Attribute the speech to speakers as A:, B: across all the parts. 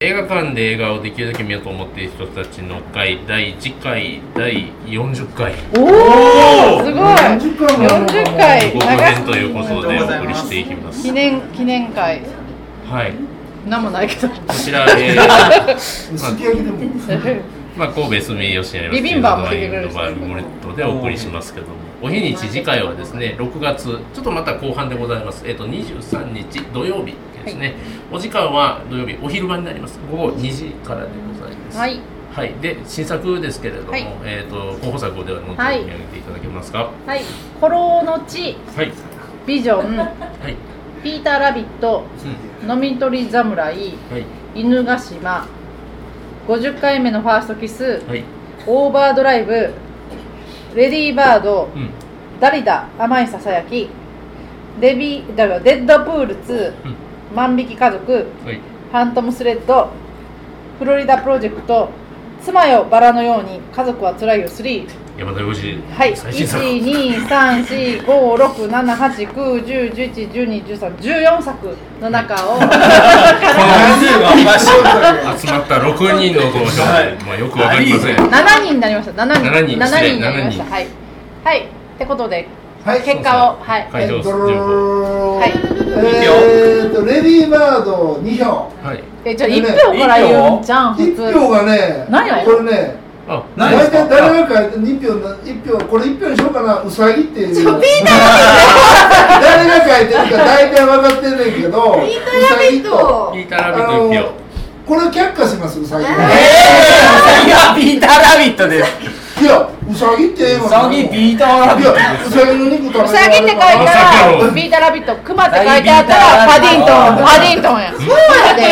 A: 映画館で映画をできるだけ見ようと思っている人たちの会第1回第40回
B: おおすごい
C: 40回も
B: 40回
A: ご
B: 長
A: 年
B: い
A: ということでお送りしていきます
B: 記念記念会
A: はいこ
B: なんもないけど
A: ちら、えー
C: すき焼きでも
A: まあ、神戸住吉にあります
B: ビビンバも来てくれる
A: ワインドバールモレットでお送りしますけどもお日にち次回はですね6月ちょっとまた後半でございますえっ、と23日土曜日ですね、お時間は土曜日お昼間になります午後2時からでございます
B: はい
A: はい、で新作ですけれども、
B: はい
A: えっ、と候補作では後ほど
B: はい
A: 見上げていただけますか。
B: はい「古老の地
A: はい、
B: ビジョン
A: はい、」
B: 「ピーター・ラビット」「飲み取り侍」
A: うん、はい、
B: 「犬ヶ島」50回目のファーストキス
A: はい、
B: オーバードライブレディーバード
A: うん、
B: ダリダ甘いささやきデビだからデッドプール2
A: うん、
B: 万引き家族
A: はい、
B: ファントムスレッドフロリダプロジェクト妻よバラのように家族はつらいよ3
A: 山田洋次、
B: はい
A: 最新作。
B: 1 2 3 4 5 6 7 8 9 1 0 1 1 1 2 1 3 1 4作の中を
A: この
C: 回数がおかしい
A: 集まった六人のご表
C: はい
A: まあよくわかりません。
C: は
B: 7人になりました7人
A: 7人
B: 七にな
A: 失礼
B: りました
A: 7人
B: はいはいってことで
C: はい
B: 結果をはい
A: 会場情
C: ドロ
A: 報。
C: ロ
B: はい
C: えーとレディーバード2票
A: はい。
B: えじゃあ1票から言うんじゃん普
C: 一
B: 通
C: 票がね
B: 何がよ
C: これね
A: あ、
D: 何です
C: 大
D: か
C: 体誰が書いて二票な一票これ一票にしようかなウサギっていう
B: ちょピータ
C: 誰が書いてるか大体分かってんねんけど
E: ピーターラビット
A: ピーターラビット一票。
C: これ却下しますウサギ
D: え
E: え
D: ー、ウサギはピーター・ラビットです
C: いやウサギってええわ
D: ウサギピーター・ラ
C: い
D: ビット
C: やウサギの肉食べ
B: ウサギって書いた
A: まさからの
B: ビータラビットクマって書いてあったらパ
D: 大
B: ディン
D: ビー
B: ト
D: タ
B: ン
D: ラ
B: パディントンや
E: そうやで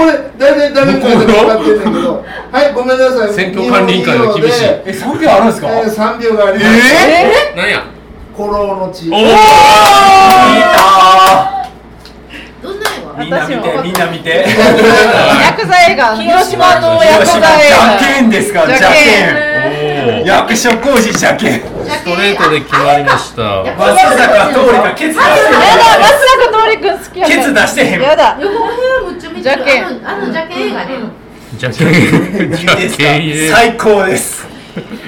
C: これ大体誰が書いてるか分かってんねんけどはいごめんなさい
A: 選挙管理委員会は厳しい
C: え
D: え、3票あるんですか、
C: ー、3票があります
D: え
B: え
A: なんや。
C: コロの血
A: お
C: こ
D: ー
E: どんなんやわ
D: みんな見て、みんな見て
B: ヤクザ映画広島のヤクザ映画
D: 邪剣ですから、邪剣
A: ーおー。
D: 役所広司邪剣
A: ストレートで決まりました。
E: や
D: 松坂桃李がケツ出して
B: やだ松坂桃李君好きや
D: ケツ出してへん
B: や だ
E: 横編むっちゃ見て
B: ジャケ
E: るあのあのジャケ映画ね
A: じゃけん。じゃ
D: いいですか
A: けん入れ。
D: 最高です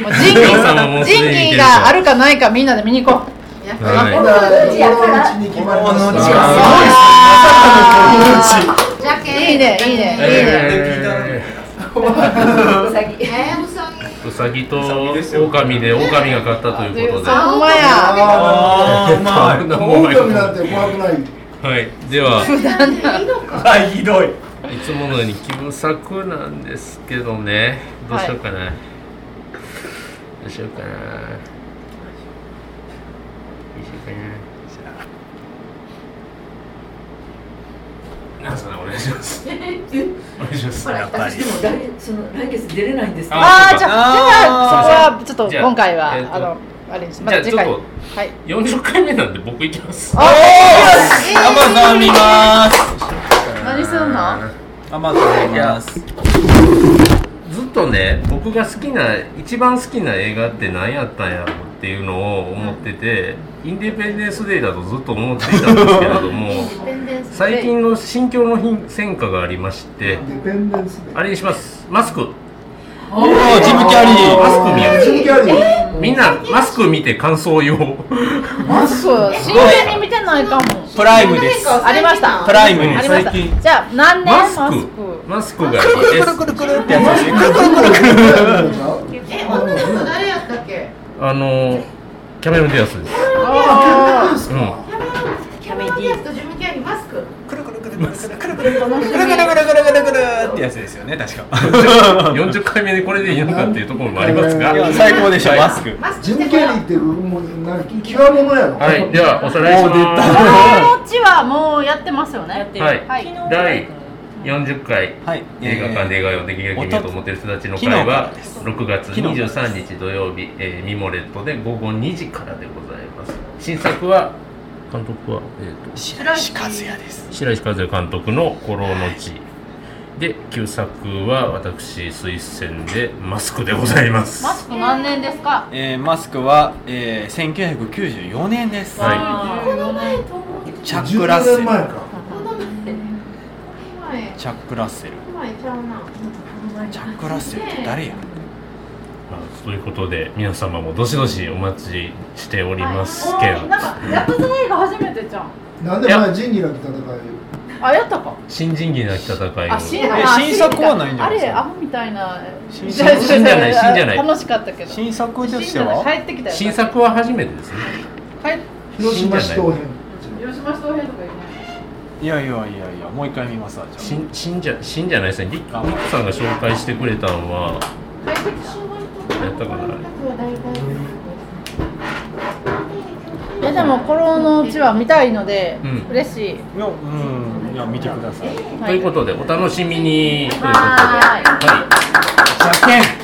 B: もう仁
A: お父さんはも
B: 義
A: うすでに
B: 仁義があるかないかみんなで見に行こう
E: いや
A: はい
C: ロの血に決まりま
D: この
C: し
D: 血
C: た
D: は
B: あ
D: すごいですねまさかのこの血
E: ジャケ
B: いいねいいねいいね
A: え
E: ウサギえーウ
A: ーうさ
E: サギ
A: ぎと狼で狼が勝ったということで。
B: ほんまや
D: あー、うまい
C: オオカミなんて怖くない
A: はい、では。
E: いいのか
D: あ、ひどい
A: いつものように気分作なんですけどね。どうしようかな。どうしようかな。どうしようかな。なんすかね、お願いします。お願いします。
E: ほら私でも来その来月出れないんです
B: あーじゃあじゃ
D: あ
B: あそこはちょっと今回は
A: じゃあ
B: あのあれにしまた
A: じ
B: 次
A: ゃあち
B: 回
A: ょっ
B: は
A: と
B: い
A: 四十回目なんで、僕行きます。
D: お
E: えー
D: ーアマゾン見ます
B: 何すんの
D: アマゾン見ます
A: ずっとね僕が好きな一番好きな映画って何やったんやろうっていうのを思ってて、インディペンデンス・デイだとずっと思っていたんですけれど も
E: デンデンス
A: 最近の心境の変変化がありまして
C: デペンデンスで
A: あれにしますマスク
D: おー、ジム・キャリー
A: マスク見よう
C: ジムキャリー
A: みんなマスク見て感想を言おう
C: マスク
B: そう真剣に見てないかも
D: プライムです
B: ありました
D: プライムに
B: ありました
D: 最近
B: じゃあ何年
A: マ
B: マ
A: ス
B: ス
A: ク
B: ク
A: マスクがいいです
D: くるくるってやつですね
E: え女の子誰やったっけ
A: あのキャメロン・ディアスです、
B: あー
A: う
E: キャメディアスとジムキャリーマスク
D: くるくるくるくるくるくるくるくるくるくるくるくるってやつですよね確か
A: ん、40回目でこれでいいのかっていうところもありますが
C: いや
D: 最高でしょマスク
E: マスク
C: ジ
E: し
C: ムキ
E: てこ
C: ャ
E: よ
C: リーってもうなんか極物やろ
A: はいではおさらいします
D: おー出た
B: このうちはもうやってますよね
A: はい
B: はい
A: 第40回
D: はい
A: 映画館で映画をできるだけ見ようと思っている人たちの会は6月23日土曜日、えーミモレットで午後2時からでございます新作は監督は、えーと
D: 白石和也です
A: 白石和也監督の「古老の地」で旧作は私推薦で「マスク」でございます
B: マスク何年ですか
D: えー、マスクは、えー、1994年です、
A: はい
B: あ
E: こ
B: ー
E: の前と思う
D: チャック・ラッセ
C: 10年
D: ル
C: 前か
E: この前この前
D: チャック・ラッセル
E: この前ちゃうな。
D: ジャック・ラッセルって誰や
A: まあということで皆様もどしどしお待ちしておりますけど
B: おーなんか薬剤が初めてじゃん
C: なんで前仁義なき戦い
B: あやったか
A: 新人儀なき戦いを
B: あ新
D: え新作はないんじゃ
B: あ
D: ないです
B: れ
D: か
B: アホみたいな
D: 新作
A: 新じゃ ない新じゃない
B: 楽しかったけど
D: 新作として
B: 新じゃな
D: はい
B: 帰ってきたよ
A: 新作は初めてですね
B: 帰っ
C: 広島市東編
B: 広島市東平とか言うね
D: いやいやいやいやもう一回見ますわじゃ
A: 新新じゃ新じゃないですねリックリックさんが紹介してくれたのは
B: 帰ってき
E: 私
B: た
E: は割と
A: やったことない
E: は大体
B: いやでもこのうちは見たいので、
A: うん
B: 嬉しい、
D: あいやうんいや見てください
A: ということでお楽しみにということで
B: はーい
A: はい
D: じゃけん